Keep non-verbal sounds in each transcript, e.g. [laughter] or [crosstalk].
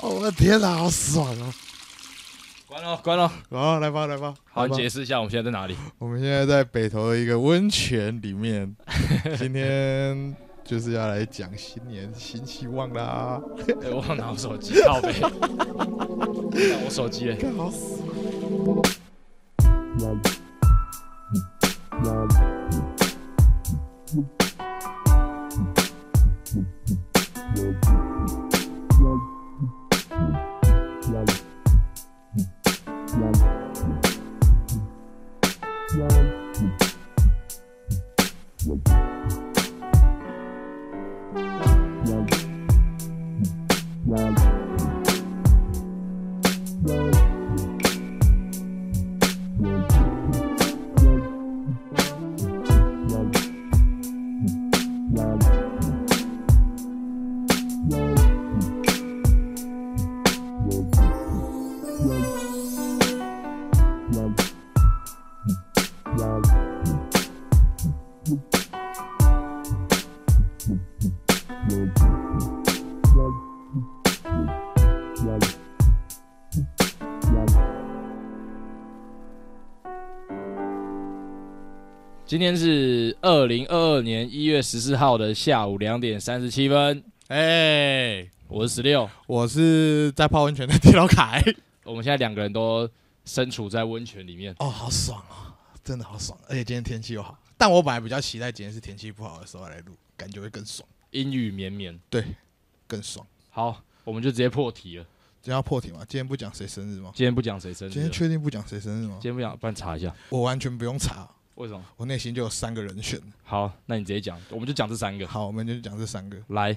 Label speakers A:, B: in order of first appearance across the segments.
A: 哦，我的天哪，好爽哦！
B: 关了，关了。
A: 然后来吧，来吧，
B: 好，
A: 来吧
B: 你解释一下我们现在在哪 [laughs] 里？
A: 我们现在在北投的一个温泉里面， [laughs] 今天就是要来讲新年新希望啦。
B: 哎我忘拿我手机，靠背。看我手机嘞。
A: 干好啊死！
B: 今天是二零二二年一月十四号的下午两点三十七分，
A: 哎、
B: 我是十六。
A: 我是在泡温泉的地老凯。
B: 我们现在两个人都身处在温泉里面。
A: [laughs] 哦，好爽啊、真的好爽！而且今天天气又好，但我本来比较期待今天是天气不好的时候来录，感觉会更爽，
B: 阴雨绵绵。
A: 更爽。
B: 好，我们就直接破题了。
A: 今天要破题吗？今天不讲谁生日吗？
B: 今天不讲谁生日啊
A: 今
B: 了，
A: 天
B: 今
A: 确定不讲谁生日吗？
B: 天不讲，帮你查一下
A: 我完全不用查，
B: 为什么。
A: 我内心就有三个人选。
B: 好，那你直接讲，我们就讲这三个。
A: 好，我们就讲这三个。
B: 来，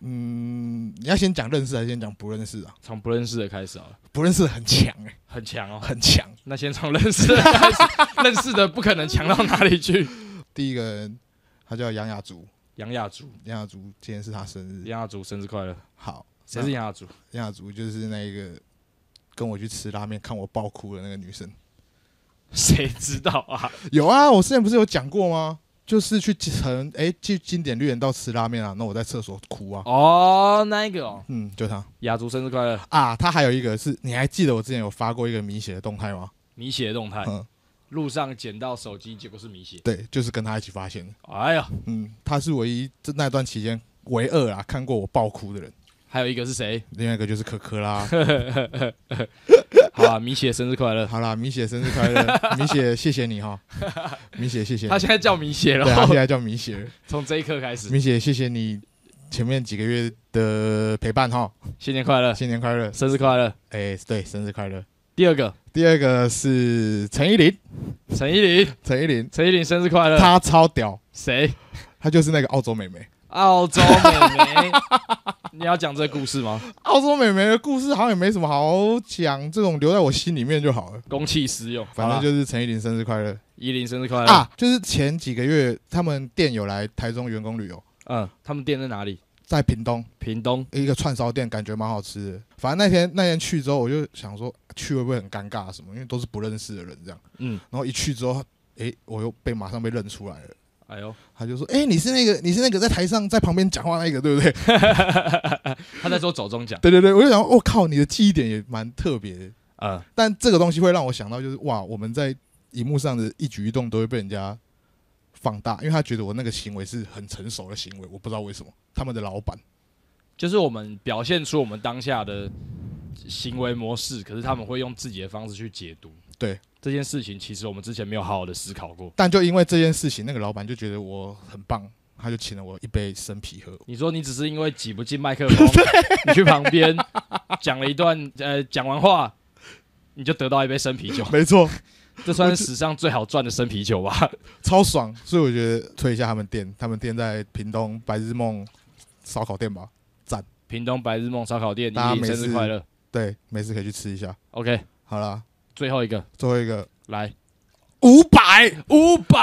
A: 嗯，你要先讲认识还是先讲不认识啊？
B: 从不认识的开始好了，
A: 不认识很强哎、
B: 很强哦。
A: [laughs] 很强。
B: 那先从认 [laughs] 识的开始，认识的不可能强到哪里去。
A: 第一个人他叫杨雅竹，
B: [laughs] 杨雅竹，
A: 杨雅竹今天是他生日。
B: 杨雅竹生日快乐！
A: 好，
B: 谁是杨啊雅竹？
A: 杨雅竹？就是那一个跟我去吃拉面看我爆哭的那个女生。
B: 谁知道啊？
A: 有啊，我之前不是有讲过吗？就是去成哎去经典绿园道吃拉面啊，那我在厕所哭啊。
B: 哦，那一个哦，
A: 嗯，就他
B: 雅竹生日快乐！
A: 啊，他还有一个是，你还记得我之前有发过一个米血的动态吗？
B: 米血动态，
A: 嗯，
B: 路上捡到手机，结果是米血。
A: 对，就是跟他一起发现的。
B: 哎呀，
A: 嗯，他是唯一这那段期间唯二啊看过我爆哭的人。
B: 还有一个是谁？
A: 另外一个就是可可啦。
B: 好啊，米血生日快乐！
A: 好啦，米雪生日快乐，米雪谢谢你哈，米雪谢谢你
B: [laughs] 他。现在叫米血了
A: 对，，他现在叫米雪，
B: 啊从这一刻开始，
A: 米雪谢谢你前面几个月的陪伴哈，
B: 新年快乐，
A: 新年快乐，
B: 生日快乐！
A: 哎、对，生日快乐。
B: 第二个，
A: 第二个是陈依林，
B: 陈依林，
A: 陈依林
B: 陈依林生日快乐！
A: 她超屌，
B: 谁？
A: 她就是那个澳洲妹妹。
B: 澳洲妹 [laughs] 妹。你要讲这个故事吗？
A: 澳洲妹妹的故事好像也没什么好讲，这种留在我心里面就好了。
B: 公器私用，
A: 反正就是陈依林生日快乐
B: 依林生日快乐！
A: 啊！就是前几个月他们店有来台中员工旅游，
B: 嗯，他们店在哪里？
A: 在屏东
B: 屏东。
A: 一个串烧店，感觉蛮好吃的。反正那天那天去之后，我就想说去会不会很尴尬什么，因为都是不认识的人这样。
B: 嗯，
A: 然后一去之后，诶、我又被马上被认出来了。
B: 哎呦，
A: 他就说：“诶，你是那个，你是那个在台上在旁边讲话那个，对不对？”
B: 他在说走中奖。
A: 对对对，我就想，我、靠，你的记忆点也蛮特别的。
B: 嗯，
A: 但这个东西会让我想到，就是哇，我们在荧幕上的一举一动都会被人家放大，因为他觉得我那个行为是很成熟的行为，我不知道为什么。他们的老板，
B: 就是我们表现出我们当下的行为模式，可是他们会用自己的方式去解读。
A: 对
B: 这件事情，其实我们之前没有好好的思考过。
A: 但就因为这件事情，那个老板就觉得我很棒，他就请了我一杯生啤喝。
B: 你说你只是因为挤不进麦
A: [laughs]
B: 克风，你去旁边讲了一段，呃，讲完话。你就得到一杯生
A: [laughs]
B: 啤酒，
A: 没错，
B: 这算是史上最好赚的生啤酒吧？
A: 超爽，所以我觉得推一下他们店，他们店在屏东白日梦烧烤店吧。
B: 屏东白日梦烧烤店，
A: 大家
B: 依林生
A: 没
B: 日
A: 事
B: 快乐。
A: 对，没事可以去吃一下。
B: OK，
A: 好啦，
B: 最后一个
A: 最后一个
B: 来
A: 五百
B: 五百。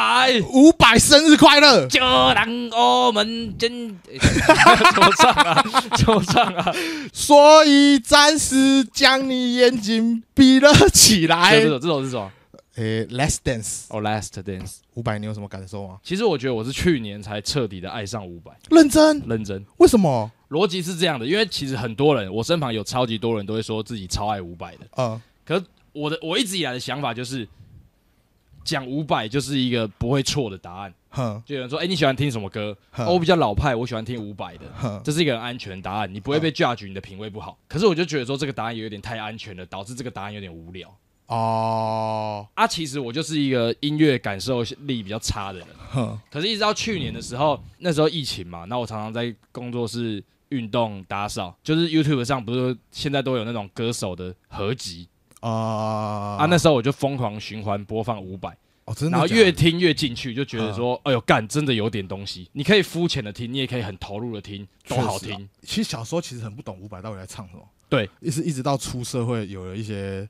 A: 五百生日快乐！
B: 就让我们真怎么唱啊？怎么唱啊？
A: 所以暂时将你眼睛闭了起来。
B: 这首这首是什么？
A: 诶、l e s s Dance，
B: 哦、oh,，Last Dance。
A: 五百，你有什么感受吗？
B: 其实我觉得我是去年才彻底的爱上伍佰，
A: 认真？
B: 认真。
A: 为什么？
B: 逻辑是这样的，因为其实很多人，我身旁有超级多人都会说自己超爱伍佰的。
A: 啊，
B: 可是我的我一直以来的想法就是，讲伍佰就是一个不会错的答案。
A: 哼
B: 就有人说，哎、你喜欢听什么歌？
A: 哼
B: 哦，我比较老派，我喜欢听伍佰的。
A: 哼，
B: 这是一个很安全的答案，你
A: 嗯
B: 不会被 judge 你的品味不好。可是我就觉得说这个答案也有点太安全了，导致这个答案有点无聊。
A: 哦，
B: 啊，其实我就是一个音乐感受力比较差的人。
A: 哼，
B: 可是，一直到去年的时候，那时候疫情嘛，那我常常在工作室运动打扫，就是 YouTube 上不是现在都有那种歌手的合集
A: 啊
B: 啊
A: 啊
B: 那时候我就疯狂循环播放五百，
A: 哦，真的
B: 然后
A: 假的啊
B: 越听越进去，就觉得说，哎呦干，真的有点东西。你可以肤浅的听，你也可以很投入的听，都好
A: 确实啊
B: 听。
A: 其实小时候其实很不懂伍佰到底在唱什么，
B: 对，
A: 一直一直到出社会有了一些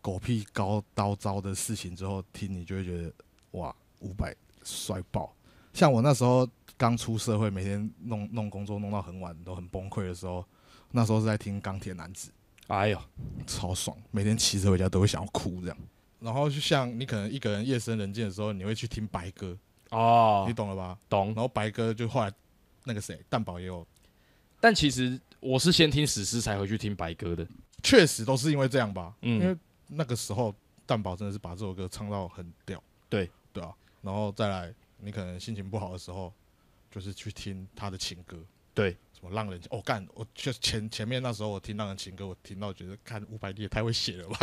A: 狗屁高刀招的事情之后，听你就会觉得哇，伍佰帅爆！像我那时候刚出社会，每天弄弄工作弄到很晚，都很崩溃的时候，那时候是在听《钢铁男子
B: 哎呦，》，
A: 超爽，每天骑车回家都会想要哭这样。然后就像你可能一个人夜深人静的时候，你会去听白歌，
B: 哦
A: 你，懂了吧？
B: 懂
A: 然。后白歌就后来那个谁蛋宝也有
B: 但其实我是先听史诗才回去听白鸽的。
A: 确实都是因为这样吧，
B: 嗯
A: 因为那个时候蛋宝真的是把这首歌唱到很屌，
B: 对
A: 对啊，然后再来你可能心情不好的时候，就是去听他的情歌，
B: 对，
A: 什么浪人哦干，我就前前面那时候我听浪人情歌，我听到觉得看伍佰你也太会写了
B: [laughs]
A: 吧，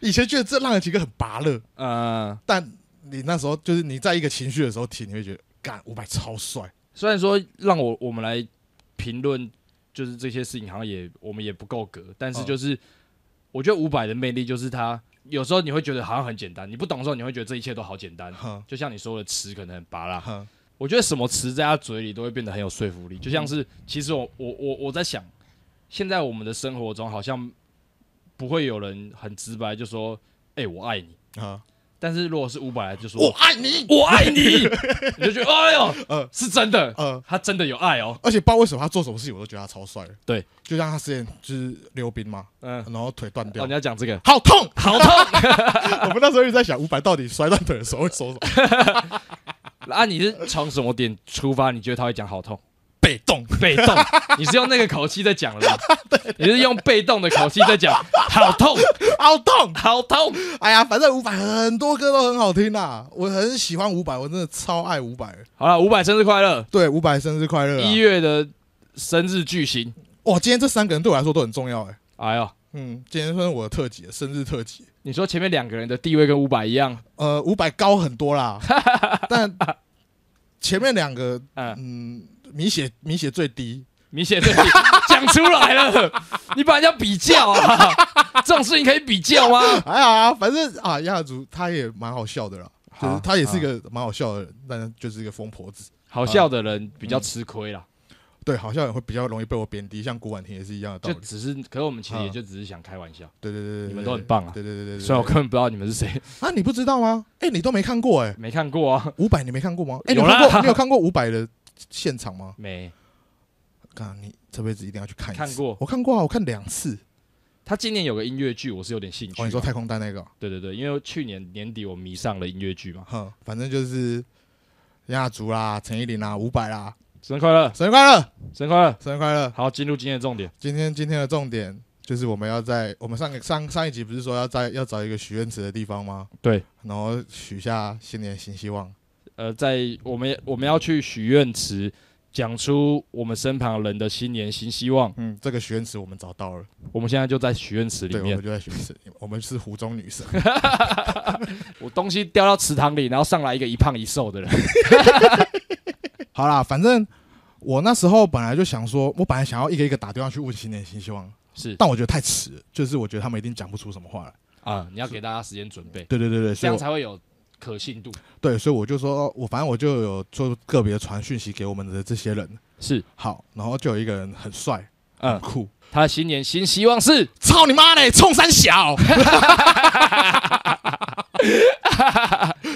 A: 以前觉得这浪人情歌很拔乐，
B: 呃，
A: 但你那时候就是你在一个情绪的时候听，你会觉得干伍佰超帅，
B: 虽然说让我我们来评论，就是这些事情好像也我们也不够格，但是
A: 嗯
B: 就是、我觉得伍佰的魅力就是他有时候你会觉得好像很简单，你不懂的时候你会觉得这一切都好简 [laughs] 单。
A: 哼
B: 就像你说的词可能很拔辣，
A: 哼
B: 我觉得什么词在他嘴里都会变得很有说服力。就像是其实我我我我在想，现在我们的生活中好像不会有人很直白就说“哎、我爱你
A: 啊，”，
B: 但是如果是伍佰就说
A: 我爱你，
B: 我爱
A: [laughs]
B: 你，你就觉得哎呦，
A: 呃
B: 是真的，
A: 呃。
B: 他真的有爱哦。
A: 而且不知道为什么他做什么事情我都觉得他超帅的。
B: 对，
A: 就像他之前就是溜冰嘛，
B: 嗯，
A: 然后腿断掉
B: 哦，你，要讲这个，
A: 好痛！
B: 好痛
A: [laughs] 我们那时候一直在想，伍佰到底摔断腿的时候会说什么？
B: 啊！你是从什么点出发？你觉得他会讲
A: [laughs]
B: 好痛？
A: 被动，
B: 被动，你是用那个口气在讲的吗？
A: [laughs]
B: 你是用被动的口气在讲好痛，
A: 好痛！
B: 好痛。
A: 哎呀，反正伍佰很多歌都很好听啦，我很喜欢伍佰，我真的超爱伍佰。
B: 好了，伍佰生日快乐！
A: 对，伍佰生日快乐啊！
B: 一月的生日巨星，
A: 哇，今天这三个人对我来说都很重要哎、
B: 哎呦，
A: 嗯，今天算是我的特辑，生日特辑。
B: 你说前面两个人的地位跟伍佰一样，
A: 呃，伍佰高很多 [laughs] 啦，但前面两个，
B: 嗯，
A: 嗯，米血米血最低，
B: 明显的讲出
A: [laughs]
B: 来了，你把人家比较啊，这种事情可以比较吗？
A: 还好啊，反正啊，亚祖他也蛮好笑的啦，就
B: 好
A: 是他也是一个蛮好笑的人，但就是一个疯婆子。
B: 好笑的人比较吃亏
A: 嗯
B: 啦，
A: 对，好像也会比较容易被我贬低，像古婉婷也是一样的道
B: 就
A: 理。
B: 只是，可是我们其实也就只是想开玩笑，
A: 对对对对，
B: 你们都很棒啊
A: 对对对对对，
B: 虽然我根本不知道你们是谁，
A: 啊，你不知道吗？哎，你都没看过哎，
B: 没看过啊，
A: 伍佰你没看过吗？哎，你
B: 有
A: 有
B: 啦
A: 看
B: [laughs]
A: 过你有看过伍佰的现场吗？
B: 没
A: 看你这辈子一定要去看一次。
B: 看过
A: 我看过啊，我看两次。
B: 他今年有个音乐剧，我是有点兴趣
A: 哦，
B: 啊。
A: 你说太空蛋那个，
B: 对对对，因为去年年底我迷上了音乐剧嘛。
A: 哼，反正就是亚竹啦、陈依林啦、伍佰啦，
B: 生日快乐，
A: 生日快乐，
B: 生日快乐！
A: 生日快乐！
B: 好，进入今天的重点。
A: 今天今天的重点就是我们要在我们上个上上一集不是说要在要找一个许愿池的地方吗？
B: 对，
A: 然后许下新年新希望。
B: 呃，在我们我们要去许愿池，讲出我们身旁人的新年新希望。
A: 嗯，这个许愿池我们找到了，
B: 我们现在就在许愿池里
A: 对，我
B: 面
A: 们，就在许愿池里面， [laughs] 我们是湖中女神。 [laughs]
B: 我东西掉到池塘里，然后上来一个一胖一瘦的人。
A: [laughs] 好啦，反正我那时候本来就想说，我本来想要一个一个打电话去问新年新希望，
B: 是
A: 但我觉得太迟了，就是我觉得他们一定讲不出什么话来。
B: 啊，你要给大家时间准备，
A: 对对对对，
B: 这
A: 所以
B: 样
A: 我
B: 才会有可信度。
A: 对，所以我就说哦我反正我就有做个别传讯息给我们的这些人。
B: 是，
A: 好，然后就有一个人很帅，很
B: 嗯，
A: 酷，
B: 他的新年新希望是
A: 操你妈嘞，冲三小。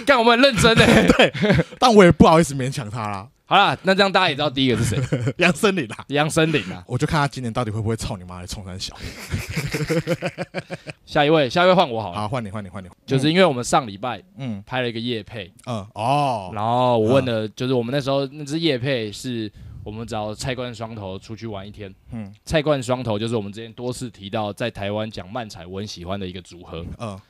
B: 干，我们很认真
A: [laughs]
B: 的。
A: 但我也不好意思勉强他啦， [laughs]
B: 好啦，那这样大家也知道第一个是谁，
A: 杨森林啦。
B: 杨森林啊。
A: 我就看他今年到底会不会操你妈的冲山小。
B: 下一位，下一位换我好了，
A: 好，换你，换你，换你。
B: 就是因为我们上礼拜
A: 嗯
B: 拍了一个夜配，
A: 嗯哦，啊
B: 然后我问了，就是我们那时候那支夜配是我们找蔡冠双头出去玩一天。
A: 嗯
B: 蔡冠双头就是我们之前多次提到，在台湾讲漫才我很喜欢的一个组合。
A: 呃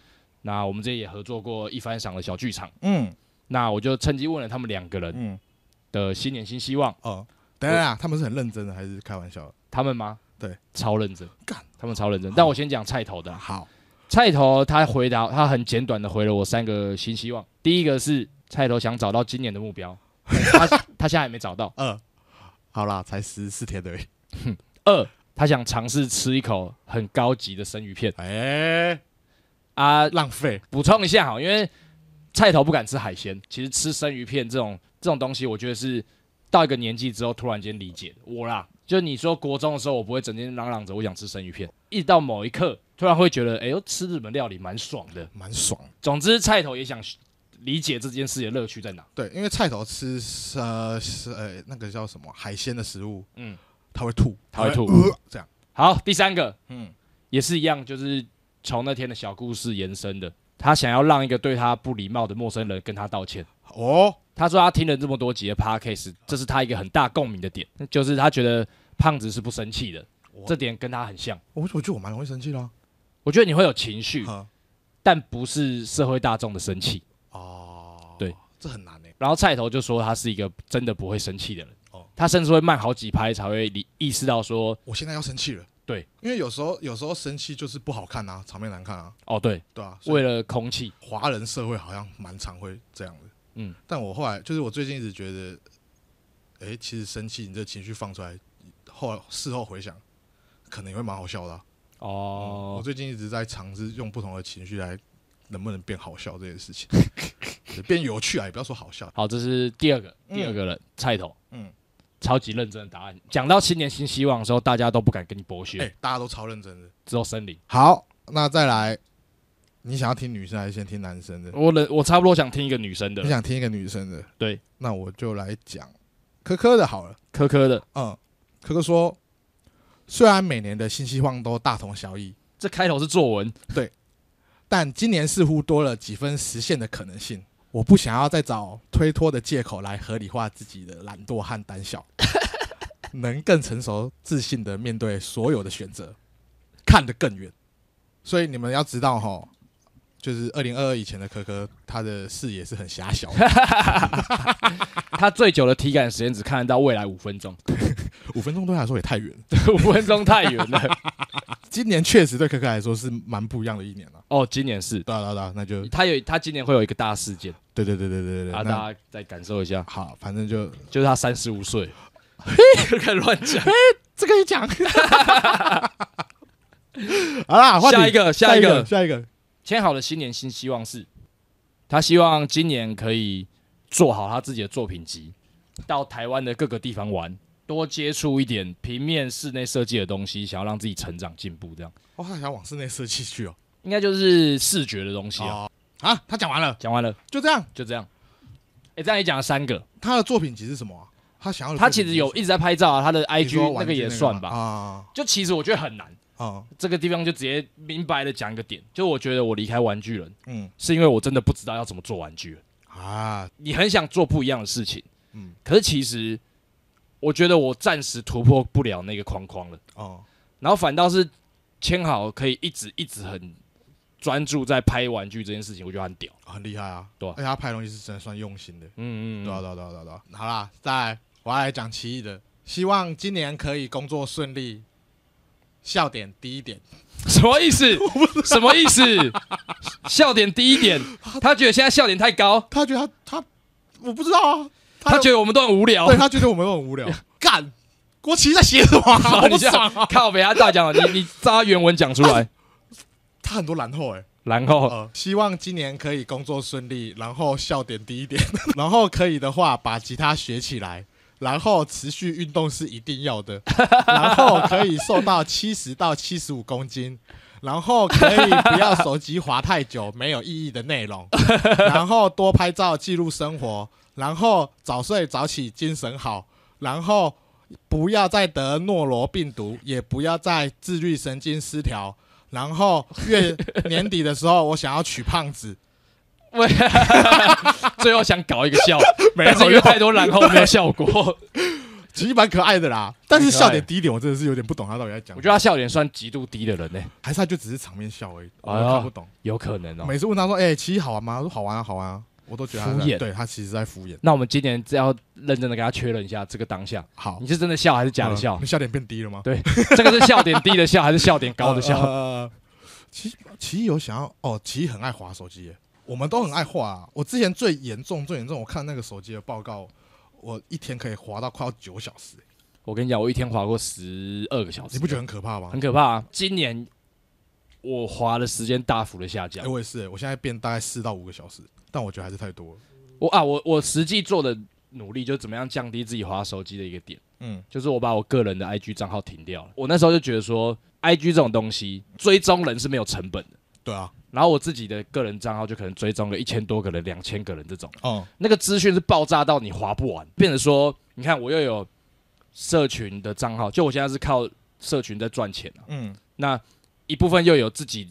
B: 那我们之前也合作过一番赏的小剧场。
A: 嗯
B: 那我就趁机问了他们两个人
A: 嗯
B: 的新年新希望，
A: 哦，等一下啊，他们是很认真的还是开玩笑的？
B: 他们吗？
A: 对，
B: 超认真，
A: 干
B: 他们超认真。但我先讲菜头的啊，
A: 好，
B: 菜头他回答他很简短的回了我三个新希望，第一个是菜头想找到今年的目标，他他现在还没找到。
A: 呃，好啦，才十四天而已。
B: 二，他想尝试吃一口很高级的生鱼片
A: 哎，
B: 啊，
A: 浪费。
B: 补充一下哈，因为菜头不敢吃海鲜，其实吃生鱼片这种这种东西，我觉得是到一个年纪之后突然间理解的我啦。就你说国中的时候，我不会整天嚷嚷着我想吃生鱼片，一直到某一刻，突然会觉得，哎呦，吃日本料理蛮爽的。
A: 蛮爽，
B: 总之，菜头也想理解这件事的乐趣在哪。
A: 对，因为菜头吃呃是呃那个叫什么海鲜的食物，
B: 嗯，
A: 他会吐，
B: 他会吐
A: 呃这样，
B: 好，第三个
A: 嗯
B: 也是一样，就是从那天的小故事延伸的，他想要让一个对他不礼貌的陌生人跟他道歉。
A: 哦，
B: 他说他听了这么多集的 podcast，这是他一个很大共鸣的点，就是他觉得胖子是不生气的
A: 我，
B: 这点跟他很像。
A: 我我觉得我蛮容易生气的啊、
B: 我觉得你会有情绪，
A: 哈
B: 但不是社会大众的生气。
A: 哦，
B: 对，
A: 这很难呢、
B: 然后菜头就说他是一个真的不会生气的人
A: 哦，
B: 他甚至会慢好几拍才会理意识到说，
A: 我现在要生气了，
B: 对，
A: 因为有时候有时候生气就是不好看啊，场面难看啊，
B: 哦，对，
A: 对啊，所以
B: 为了空气，
A: 华人社会好像蛮常会这样的，
B: 嗯，
A: 但我后来就是我最近一直觉得，哎、其实生气你这情绪放出来，后事后回想，可能也会蛮好笑的啊、我
B: 哦，
A: 最近一直在尝试用不同的情绪来，能不能变好笑这件事
B: [laughs]
A: 情，对变有趣啊！也不要说好笑，
B: 好，这是第二个，
A: 嗯
B: 第二个人菜头，嗯
A: 嗯，
B: 超级认真的答案。讲到新年新希望的时候，大家都不敢跟你剥
A: 哎、
B: 削，
A: 大家都超认真的。
B: 只有森林。
A: 好，那再来，你想要听女生还是先听男生的？
B: 我忍，我差不多想听一个女生的
A: 你，想听一个女生的？
B: 对，
A: 那我就来讲科科的好了。
B: 科科的。
A: 嗯，科科说，虽然每年的新希望都大同小异，
B: 这开头是作文，
A: 但今年似乎多了几分实现的可能性。我不想要再找推脱的借口来合理化自己的懒惰和胆
B: [laughs]
A: 小，能更成熟、自信的面对所有的选择，看得更远。所以你们要知道哈，就是二零二二以前的科科，他的视野是很狭小
B: [laughs]
A: 的，
B: 他最久的体感时间只看得到未来五分 [laughs] 钟，
A: 五分钟对他来说也太远了。
B: 五分钟太远了。
A: 今年确实对科科来说是蛮不一样的一年了、
B: [laughs] 哦，今年是，
A: 对啊，对啊，对啊，那就
B: 他有他今年会有一个大事件，
A: 对对对对对对
B: 啊，
A: 对。那
B: 大家再感受一下，
A: 好，反正就
B: 就是他三十五岁， [laughs] 开始乱 [laughs] 讲。
A: 这个一讲， [laughs] 好啦，换你
B: 下一个，
A: 下
B: 下一个，
A: 下一个，
B: 签好的新年新希望是，他希望今年可以做好他自己的作品集，到台湾的各个地方玩，多接触一点平面室内设计的东西，想要让自己成长进步，这样
A: 我哦好想往室内设计去哦。
B: 应该就是视觉的东西啊。
A: 哦，啊，他讲完了，
B: 讲完了。
A: 就这样。
B: 就这样。哎、这样也讲了三个，
A: 他的作品集是什么啊？他想要的
B: 他
A: 作
B: 其
A: 品集
B: 实
A: 是什么，
B: 有一直在拍照啊，他的
A: 你说
B: IG 那
A: 玩具
B: 个也算吧。
A: 啊
B: 就其实我觉得很难，
A: 啊
B: 这个地方就直接明白的讲一个点，就我觉得我离开玩具人
A: 嗯
B: 是因为我真的不知道要怎么做玩具了。
A: 啊
B: 你很想做不一样的事情，
A: 嗯
B: 可是其实我觉得我暂时突破不了那个框框了，
A: 哦
B: 然后反倒是签好可以一直一直很专注在拍玩具这件事情，我觉得很屌。
A: 很厉害啊。
B: 对啊
A: 而且他拍的东西是真的算用心的。
B: 嗯
A: 对啊对啊对啊对啊对啊。好啦，再来我要来讲奇异的，希望今年可以工作顺利，笑点低一点。
B: 什么
A: [laughs]
B: 意思？什么意思？笑点低一
A: [laughs]
B: 点，他觉得现在笑点太高，
A: 他觉得他他我不知道啊，
B: 他觉得我们都很无聊
A: 对。他觉得我们都很无
B: [laughs]
A: 聊。干，国旗在写什么啊？好
B: 你
A: 不
B: 这样
A: 爽啊！
B: 靠北，他大讲了，你你照他原文讲
A: [laughs]
B: 出来，
A: 他很多然后哎、欸
B: 然后
A: 呃，希望今年可以工作顺利，然后笑点低一点， [laughs] 然后可以的话把吉他学起来，然后持续运动是一定要的，然后可以瘦到七十到七十五公斤。然后可以不要手机滑太久，没有意义的内容。然后多拍照记录生活，然后早睡早起，精神好。然后不要再得诺罗病毒，也不要再自律神经失调。然后月年底的时候，我想要娶胖子， [laughs]
B: 喂，最后想搞一个笑，
A: [laughs] 没
B: 但是
A: 有
B: 因为
A: 用。 [laughs]
B: 太多然后没有效果。
A: 其实蛮可爱的啦。但是
B: 蛮可爱
A: 笑点低一点，我真的是有点不懂他到底在讲什么。
B: 我觉得他笑点算极度低的人呢、
A: 还是他就只是场面笑而已，我
B: 哎呀
A: 看不懂。
B: 有可能哦、
A: 每次问他说：“哎，七好玩吗？”他说：“好玩啊，好玩啊。”我都觉得他在
B: 敷衍
A: 对他其实在敷衍。
B: 那我们今年只要认真的给他确认一下这个当下，
A: 好，
B: 你是真的笑还是假的笑
A: 嗯？你笑点变低了吗？
B: 对，这个是笑点低的笑还是笑点高的
A: 呃 [laughs]
B: 笑？
A: 呃奇奇有想要哦，奇很爱划手机耶，我们都很爱划、啊。我之前最严重、最严重，我看那个手机的报告，我一天可以划到快要九小时耶，
B: 我跟你讲，我一天划过十二个小时，
A: 你不觉得很可怕吗
B: 很？可怕、啊？今年我划的时间大幅的下
A: 哎、
B: 降。
A: 我也是耶，我现在变大概四到五个小时，但我觉得还是太多了。
B: 我啊，我我实际做的努力就怎么样降低自己划手机的一个点，
A: 嗯，
B: 就是我把我个人的 IG 账号停掉了。我那时候就觉得说，IG 这种东西追踪人是没有成本的。
A: 对啊，
B: 然后我自己的个人账号就可能追踪了一千多个人、两千个人这种，
A: 哦、
B: 那个资讯是爆炸到你划不完，变成说，你看我又有社群的账号，就我现在是靠社群在赚钱啊，
A: 嗯，
B: 那一部分又有自己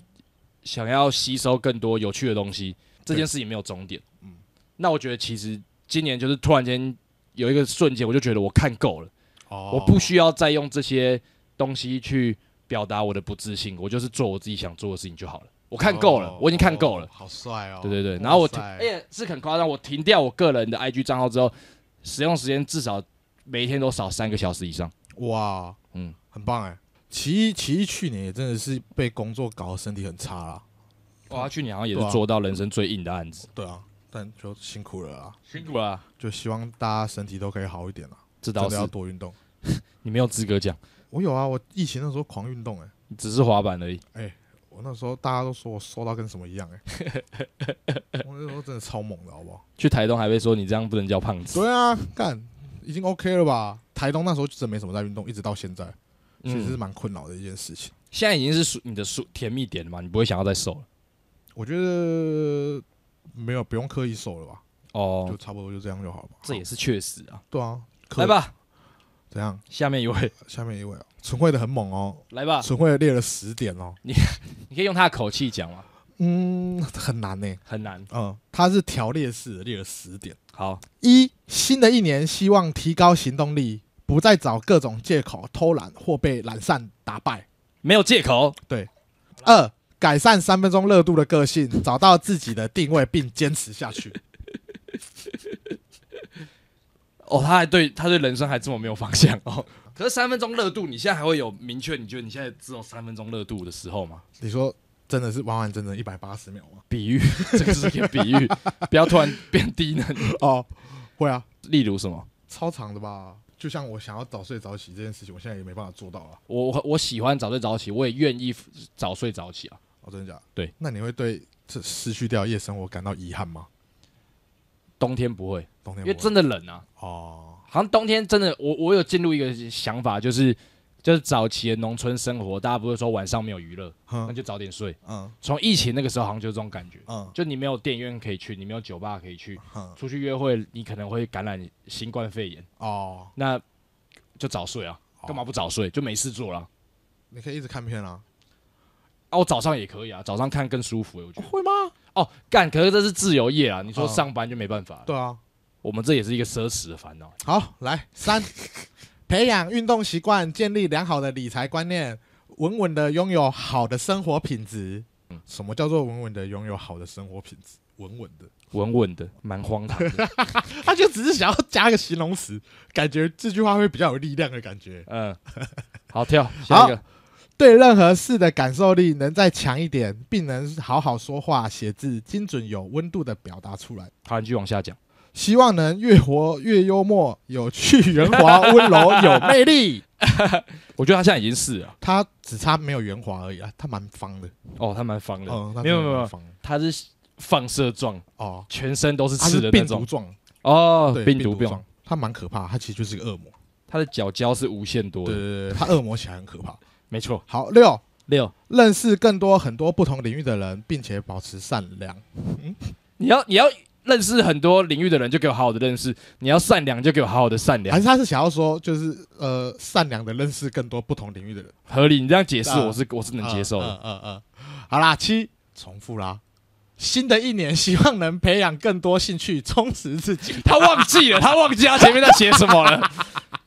B: 想要吸收更多有趣的东西，这件事情没有终点。
A: 嗯
B: 那我觉得其实今年就是突然间有一个瞬间，我就觉得我看够了，
A: 哦，
B: 我不需要再用这些东西去表达我的不自信，我就是做我自己想做的事情就好了。我看够了，
A: 哦
B: 我已经看够了
A: 哦。好帅哦！
B: 对对对，然后我停，
A: 哎
B: 而、且是很夸张，我停掉我个人的 IG 账号之后，使用时间至少每一天都少三个小时以上。
A: 哇，嗯
B: 嗯，
A: 很棒哎。奇艺奇艺去年也真的是被工作搞得身体很差啦，
B: 哇，他去年好像也
A: 对啊
B: 是做到人生最硬的案子，
A: 对啊，但就辛苦了啊，
B: 辛苦了，
A: 就希望大家身体都可以好一点啦，
B: 这
A: 真
B: 倒
A: 的
B: 是
A: 要多运动。
B: 你没有资格讲，
A: 我有啊，我疫情那时候狂运动哎、
B: 你只是滑板而已。
A: 我那时候大家都说我瘦到跟什么一样哎、
B: [laughs]
A: 我那时候真的超猛的好不好？
B: 去台东还被说你这样不能叫胖子，
A: 对啊，干已经 OK 了吧？台东那时候真没什么在运动，一直到现在，其实是
B: 嗯，
A: 蛮困扰的一件事情。
B: 现在已经是属你的属甜蜜点了嘛，你不会想要再瘦了。
A: 我觉得没有不用刻意瘦了吧，就
B: 哦，
A: 差不多就这样就好了吧。
B: 这也是确实啊。
A: 对啊，刻
B: 来吧，
A: 怎样？
B: 下面一位，
A: 下面一位哦，纯惠的很猛哦，
B: [laughs] 来吧，
A: 纯惠列了十点哦，
B: 你可以用他的口气讲嘛，
A: 嗯，很难呢。
B: 很难。
A: 嗯，他是条列式的列了十点。
B: 好，
A: 一，新的一年希望提高行动力，不再找各种借口偷懒或被懒散打败。
B: 没有借口，
A: 二，改善三分钟热度的个性，找到自己的定位并坚持下
B: [laughs]
A: 去。
B: 哦，他还对他对人生还这么没有方向哦。可是三分钟热度，你现在还会有明确？你觉得你现在只有三分钟热度的时候吗？
A: 你说真的是完完整整一百八十秒吗？
B: 比喻，这个是一个比 [laughs] 喻，不要突然变低能。
A: 哦，会啊，
B: 例如什么？
A: 超长的吧。就像我想要早睡早起这件事情，我现在也没办法做到啊。
B: 我我我喜欢早睡早起，我也愿意早睡早起啊。
A: 哦，真的假的？
B: 对。
A: 那你会对这失去掉夜生活感到遗憾吗？
B: 冬天不会，
A: 冬天
B: 因
A: 不会
B: 为真的冷啊。
A: 哦，
B: 好像冬天真的，我我有进入一个想法，就是就是早期的农村生活，大家不是说晚上没有娱乐，那
A: 嗯
B: 就早点睡。
A: 嗯
B: 从疫情那个时候，好像就是这种感觉，
A: 嗯
B: 就你没有电影院可以去，你没有酒吧可以去，
A: 嗯
B: 出去约会，你可能会感染新冠肺炎，
A: 哦，
B: 那就早睡啊，
A: 哦
B: 干嘛不早睡？就没事做了啊。
A: 你可以一直看片啊？
B: 啊，我早上也可以啊，早上看更舒服、欸我觉得。
A: 会吗？
B: 哦，干，可是这是自由业啊，你说
A: 哦
B: 上班就没办法了。
A: 对啊。
B: 我们这也是一个奢侈的烦恼。
A: 好，来三，培养运动习惯，建立良好的理财观念，稳稳的拥有好的生活品质。什么叫做稳稳的拥有好的生活品质？稳稳的，
B: 稳稳的，蛮荒唐的。
A: 他就只是想要加个形容词，感觉这句话会比较有力量的感觉。
B: 嗯，好跳，下一个。
A: 对任何事的感受力能再强一点，并能好好说话、写字，精准有温度的表达出来。
B: 好，你继续往下讲。
A: 希望能越活越幽默、有趣、圆滑、温柔、有魅力。
B: 我觉得他现在已经是了。
A: 他只差没有圆滑而已啊，他蛮方的。
B: 哦，他蛮方的，
A: 嗯，他
B: 没有
A: 真的
B: 没有
A: 蛮方的
B: 他是放射状，
A: 哦，
B: 全身都是
A: 他
B: 刺
A: 是
B: 的
A: 病
B: 那
A: 毒
B: 种。
A: 状，
B: 哦
A: 对，，
B: 病
A: 毒
B: 毒病，
A: 状，他蛮可怕，他其实就是个恶魔。
B: 他的脚胶是无限多
A: 对对对，
B: 的。
A: 对他恶魔起来很可怕。
B: 没错。
A: 好，六，
B: 六，
A: 认识更多很多不同领域的人，并且保持善良。
B: 你要你要认识很多领域的人，就给我好好的认识；你要善良，就给我好好的善
A: 还
B: 良。
A: 是他是想要说，就是呃，善良的认识更多不同领域的人。
B: 合理，你这样解释，
A: 啊
B: 我是我是能接受的。
A: 嗯嗯嗯嗯好啦，七重复啦。新的一年，希望能培
B: [laughs]
A: 养更多兴趣，充实自己。
B: 他忘记了，他忘记他前面在写什么了。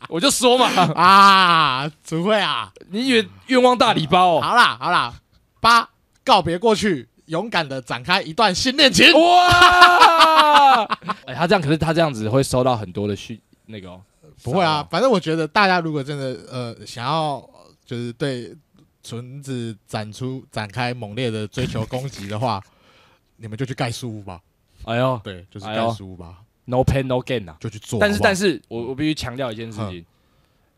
B: 我就说嘛，
A: 啊，只会啊，
B: 你以为愿望大礼包哦？
A: 好啦好啦，八告别过去，勇敢的展开一段新恋
B: 哦
A: 情。
B: 哇！ [laughs] 哎，他这样，可是他这样子会收到很多的讯那个哦、
A: 不会啊
B: 骚，
A: 反正我觉得大家如果真的呃想要呃就是对纯子展出展开猛烈的追求攻击的
B: [laughs]
A: 话，你们就去盖书屋吧。
B: 扰。哎呦
A: 对，就是
B: 哎
A: 盖
B: 呦
A: 书屋吧，
B: ，no pain no gain 啊！
A: 就去做。
B: 但是，但
A: 是，
B: 是我我必须强调一件事情，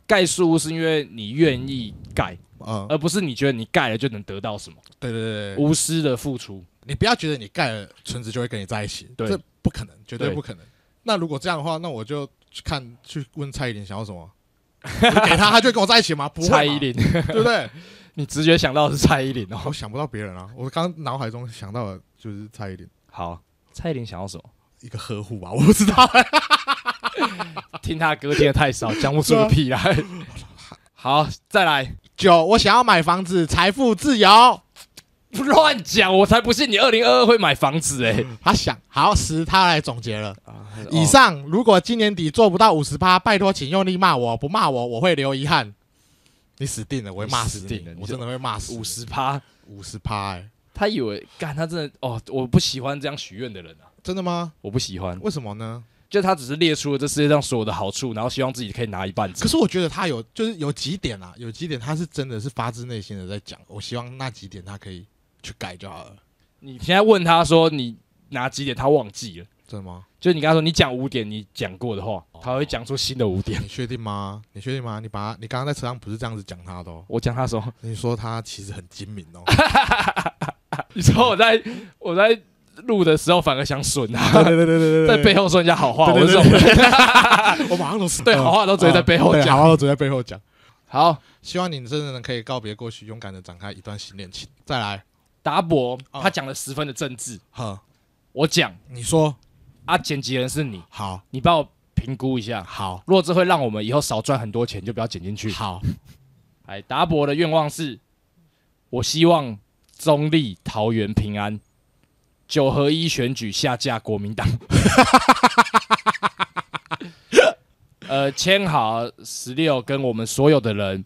B: 盖书屋是因为你愿意盖，
A: 嗯，
B: 而不是你觉得你盖了就能得到什么，
A: 对对对对，
B: 无私的付出。
A: 你不要觉得你盖了纯子就会跟你在一起，
B: 对
A: 这不可能，绝对
B: 对
A: 不可能。那如果这样的话，那我就去看去问蔡依林想要什
B: [laughs]
A: 么，我就给他，他就会跟我在一起吗？不会，
B: 蔡依，林， [laughs]
A: 对不对？
B: 你直觉想到的是蔡依林哦。
A: 我想不到别人啊，我刚脑海中想到的就是蔡依林。
B: 好，蔡依林想要什么？
A: 一个呵护吧，我不知道。 [laughs]
B: 啊听他歌听的太少，讲不出个屁来。 [laughs] 好，再来， [laughs]
A: 九，我想要买房子，财富自由。
B: 乱讲，我才不信你二零二二会买房子哦哎、
A: 他想好十，他来总结了。
B: 啊
A: 以上如果今年底做不到五十趴，拜托请用力骂我，不骂我我会留遗憾。你死定了，我会骂死
B: 你死定了
A: 你，
B: 你
A: 我真的会骂死
B: 五十趴，
A: 五十趴，哎，
B: 他以为干，他真的哦，我不喜欢这样许愿的人啊，
A: 真的吗？
B: 我不喜欢。
A: 为什么呢？
B: 就他只是列出了这世界上所有的好处，然后希望自己可以拿一半走。
A: 可是我觉得他有，就是有几点啊，有几点他是真的是发自内心的在讲，我希望那几点他可以去改就好了，
B: 你现在问他说你哪几点，他忘记了。
A: 真的吗？
B: 就是你刚才说你讲五点，你讲过的话，
A: 哦
B: 他会讲出新的五
A: [laughs]
B: 点。
A: 你确定吗？你确定吗？你把他，你刚刚在车上不是这样子讲他的哦，
B: 我讲他说， [laughs]
A: 你说他其实很精明哦。
B: 你知道我在我在录的时候反而想损他，
A: 对对对对对，
B: 在背
A: 后，
B: 后说人家好话，我
A: 对
B: 是
A: 对
B: 这
A: 对
B: 种人。
A: 我马上都是
B: 对好话都直接在背后讲
A: 哦对好话都直接在背后讲。
B: 好，
A: 希望你真的能可以告别过去，勇敢的展开一段新恋情。再来，
B: 达博
A: 哦
B: 他讲的十分的政治，
A: 呵，
B: 我讲
A: 你说
B: 啊，剪辑人是你，
A: 好，
B: 你帮我评估一下，
A: 好，
B: 如果这会让我们以后少赚很多钱，就不要剪进去。
A: 好，
B: 哎，达博的愿望是，我希望中立、桃园平安，九合一选举下架国民党。 [laughs] 呃，签好十六跟我们所有的人，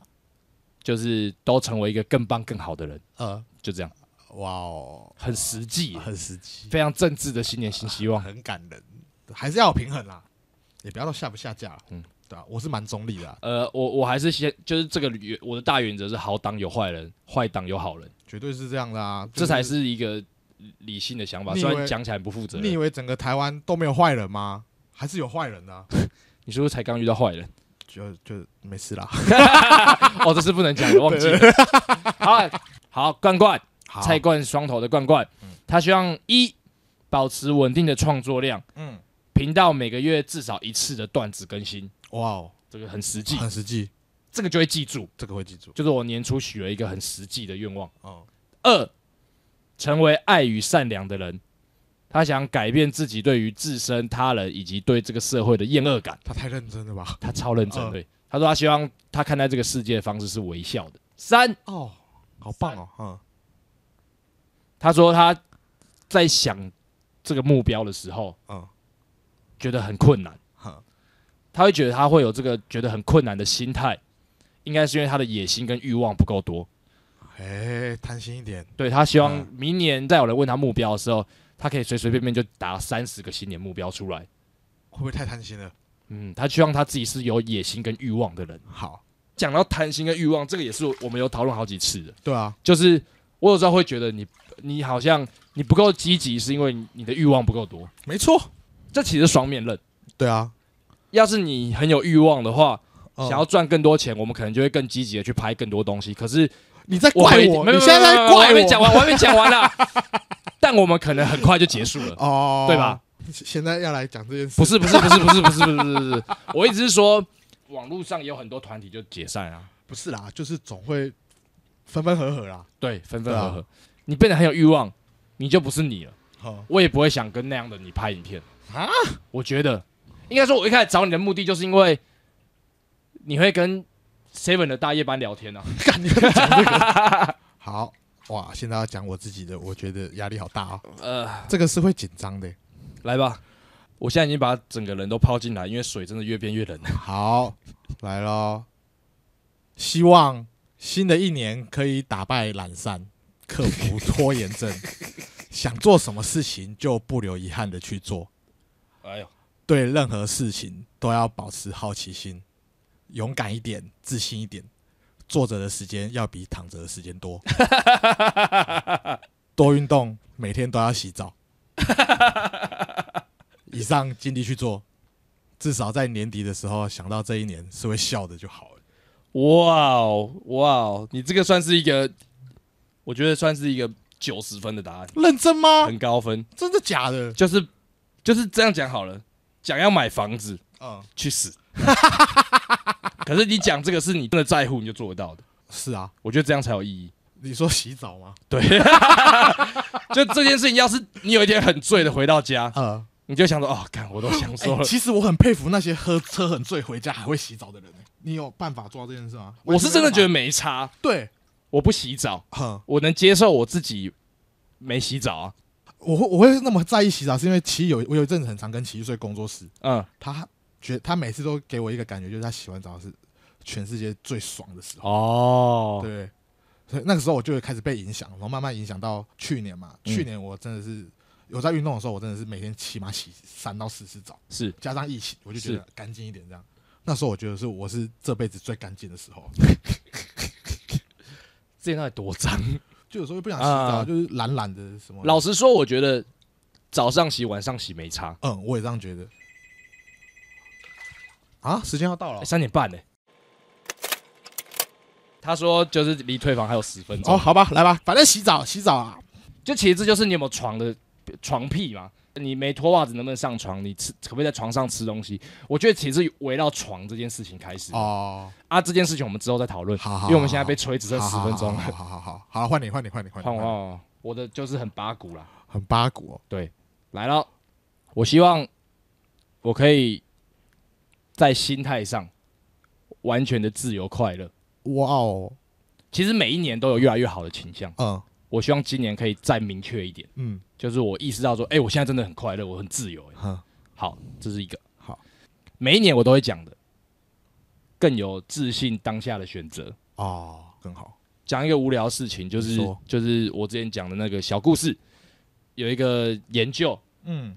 B: 就是都成为一个更棒、更好的人，
A: 呃，
B: 就这样，
A: 哇哦，
B: 很实际耶，
A: 很实际，
B: 非常政治的新年新希
A: [laughs]
B: 望。
A: 很感人，还是要有平衡啦，也不要到下不下架啦。嗯
B: 嗯，
A: 对啊，我是蛮中立的啊，
B: 呃，我我还是先，就是这个原我的大原则是好党有坏人，坏党有好人，
A: 绝对是这样的啊，就
B: 这才。是一个理性的想法。
A: 你以
B: 虽
A: 为
B: 然讲起来很不负责
A: 你以
B: 任，
A: 为整个台湾都没有坏人吗？还是有坏人的啊，
B: 你是不是才刚遇到坏
A: [laughs]
B: 人？
A: 就就没事
B: [laughs]
A: 啦。
B: 哦，这是不能讲的，忘记了。 [laughs] 好好，冠冠
A: 好嗯
B: 蔡冠双头的冠冠，他希望一保持稳定的创作量，
A: 嗯，
B: 频道每个月至少一次的段子更新，
A: 哇哦，
B: 这个很实际，
A: 很实际，
B: 这个就会记住。
A: 这个会记住。
B: 就是我年初许了一个很实际的愿望。
A: 哦，
B: 二，成为爱与善良的人。他想改变自己对于自身、他人以及对这个社会的厌恶感。
A: 他太认真了吧？
B: 他超认真，
A: 嗯
B: 对。他说他希望他看待这个世界的方式是微笑的。三，
A: 哦，好棒哦，嗯，
B: 他说他在想这个目标的时候，
A: 嗯
B: 觉得很困难
A: 哼，
B: 他会觉得他会有这个觉得很困难的心态，应该是因为他的野心跟欲望不够多。
A: 哎，贪心一点，
B: 对他希望
A: 嗯
B: 明年再有人问他目标的时候，他可以随随便便就打三十个新年目标出来。
A: 会不会太贪心了？
B: 嗯，他希望他自己是有野心跟欲望的人。
A: 好，
B: 讲到贪心跟欲望，这个也是我们有讨论好几次的。
A: 对啊，
B: 就是我有时候会觉得你你好像你不够积极，是因为你的欲望不够多。
A: 没错，
B: 这其实是双面刃。
A: 对啊，
B: 要是你很有欲望的话，
A: 嗯
B: 想要赚更多钱，我们可能就会更积极的去拍更多东西。可是
A: 你在
B: 我
A: 怪
B: 们一
A: 我，
B: 没
A: 你
B: 有
A: 现在在
B: 没有没有我
A: 怪
B: 还没讲
A: 我
B: 完，我还没讲
A: [laughs]
B: 完啦。但我们可能很快就结束了。
A: 哦，
B: 对吧？
A: 现在要来讲这件事，
B: 不是不是不是不是不是不是不是不是，我一直是说，网络上也有很多团体就解散啊，
A: 不是啦，就是总会分分合合啦。
B: 对，分分
A: 对啊
B: 合合。你变得很有欲望，你就不是你了。
A: 好，
B: 我也不会想跟那样的你拍影片
A: 啊。
B: 我觉得，应该说，我一开始找你的目的就是因为你会跟 Seven 的大夜班聊天啊。
A: 干你在讲这个，好哇，现在要讲我自己的，我觉得压力好大啊，
B: 呃，
A: 这个是会紧张的。
B: 来吧，我现在已经把整个人都泡进来，因为水真的越变越冷。
A: 好，来喽！希望新的一年可以打败懒散，克服拖延症，想做什么事情就不留遗憾的去做，
B: 哎呦，
A: 对任何事情都要保持好奇心，勇敢一点，自信一点。坐着的时间要比躺着的时间多，多运动，每天都要洗澡。以上尽力去做，至少在年底的时候想到这一年是会笑的就好了。
B: 哇哦哇哦，你这个算是一个，我觉得算是一个九十分的答案，
A: 认真吗？
B: 很高分。
A: 真的假的？
B: 就是就是这样讲好了，讲要买房子
A: 嗯，
B: 去死。 [laughs] 可是你讲这个是你真的在乎，你就做得到的。
A: 是啊。
B: 我觉得这样才有意义。
A: 你说洗澡吗？
B: 对， [laughs] 就这件事情，要是你有一天很醉的回到家，
A: 呃，
B: 你就想说，哦，看我都想说 [laughs]
A: 哎
B: 了。
A: 其实我很佩服那些喝车很醉回家还会洗澡的人、欸。你有办法做到这件事吗？
B: 我是真的觉得
A: 得
B: 没差，
A: 对，
B: 我不洗澡，
A: 哼，
B: 我能接受我自己没洗澡啊。
A: 我会我会那么在意洗澡，是因为奇艺有我有一阵子很常跟奇艺睡工作室，
B: 嗯，
A: 他觉他每次都给我一个感觉，就是他洗完澡是全世界最爽的时候，
B: 哦，
A: 对。所以那个时候我就会开始被影响，然后慢慢影响到去年嘛。
B: 嗯
A: 去年我真的是有在运动的时候，我真的是每天起码洗三到四次澡。
B: 是
A: 加上疫情，我就觉
B: 是
A: 得干净一点这样。那时候我觉得是我是这辈子最干净的时候，
B: 这件到底多脏？
A: 就有时候不想洗澡，
B: 啊
A: 就是懒懒的什么。
B: 老实说，我觉得早上洗、晚上洗没差。
A: 嗯，我也这样觉得。啊，时间要到了
B: 哎三点半呢、他说就是离退房还有十分钟。
A: 哦，好吧，来吧，反正洗澡洗澡啊，
B: 就其实这就是你有没有床的床屁嘛？你没脱袜子能不能上床？你吃可不可以在床上吃东西？我觉得其实围绕床这件事情开始、
A: 哦，
B: 啊，这件事情我们之后再讨论，
A: 好好好
B: 因为我们现在被吹只剩
A: 好
B: 十
A: 好
B: 分钟了
A: 好。好好好好，换你换你换你换你，
B: 换我换我，我的就是很八股啦。
A: 很八股哦，
B: 来了，我希望我可以在心态上完全的自由快乐。
A: 哇哦，
B: 其实每一年都有越来越好的倾向，
A: 嗯
B: 我希望今年可以再明确一点，
A: 嗯，
B: 就是我意识到说，哎、我现在真的很快乐，我很自由、哎
A: 哼，
B: 好，这是一个
A: 好，
B: 每一年我都会讲的，更有自信当下的选择。
A: 哦，更好，
B: 讲一个无聊的事情，就是
A: 说
B: 就是我之前讲的那个小故事，有一个研究
A: 嗯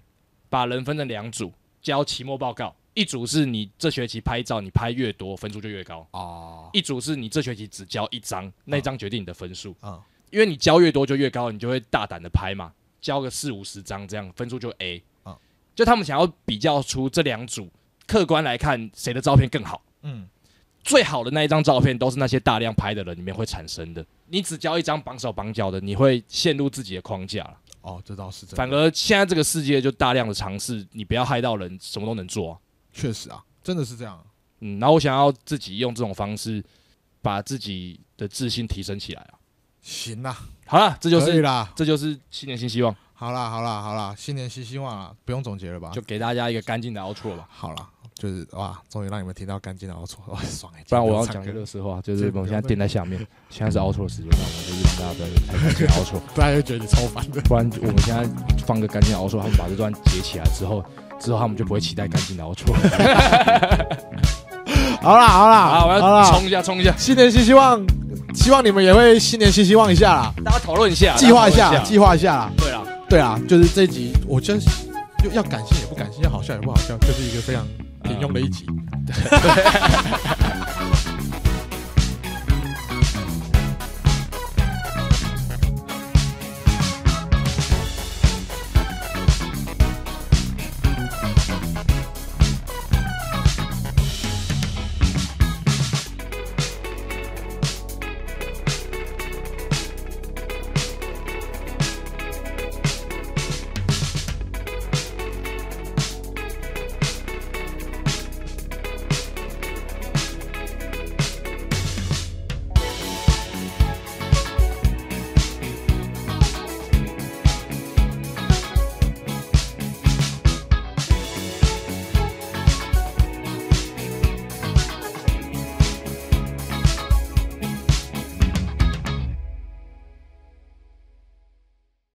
B: 把人分成两组，交期末报告，一组是你这学期拍照，你拍越多分数就越高；
A: 哦，
B: 一组是你这学期只交一张，那一张决定你的分数，
A: 嗯
B: 因为你交越多就越高，你就会大胆的拍嘛，交个四五十张这样，分数就 A。
A: 嗯
B: 就他们想要比较出这两组，客观来看谁的照片更好。
A: 嗯
B: 最好的那一张照片都是那些大量拍的人里面会产生的。你只交一张绑手绑脚的，你会陷入自己的框架了。
A: 哦，这倒是真的，
B: 反而现在这个世界就大量的尝试，你不要害到人，什么都能做、啊。
A: 确实啊，真的是这样，
B: 嗯，然后我想要自己用这种方式把自己的自信提升起来啊。
A: 行啦，
B: 好了，这就
A: 可以
B: 是
A: 啦，
B: 这就是新年新希望，
A: 好啦，好啦，好啦，新年新希望啦，不用总结了吧？
B: 就给大家一个干净的 outro 吧。
A: 好啦，就是哇，终于让你们听到干净的 outro，哇，爽哎、欸！
B: 不然我要
A: 今
B: 讲
A: 天
B: 一个
A: 不
B: 乐
A: 用
B: 色话，就
A: 这
B: 是
A: 个
B: 我们
A: 不
B: 现
A: 要
B: 在垫在下面，现在是 outro 时间，那我们就是请大家不要太干净
A: 唱
B: outro。
A: 歌，大家就觉得你超烦的。
B: 不然我们现在放个干净的熬出，他们把这段截起来之后，之后他们就不会期待干净的熬出。
A: 好啦，好啦，
B: 好，
A: 好
B: 我要
A: 啦，
B: 冲一下，冲一下，
A: 新年新希望，希望你们也会新年新希望一下啦，
B: 大家讨论一下，
A: 计划一
B: 大
A: 下，
B: 家讨论
A: 计划一下啦。
B: 对啦，
A: 对啊，就是这一集，我觉得就要感性也不感性，要好笑也不好笑，就是一个非常平庸的一集。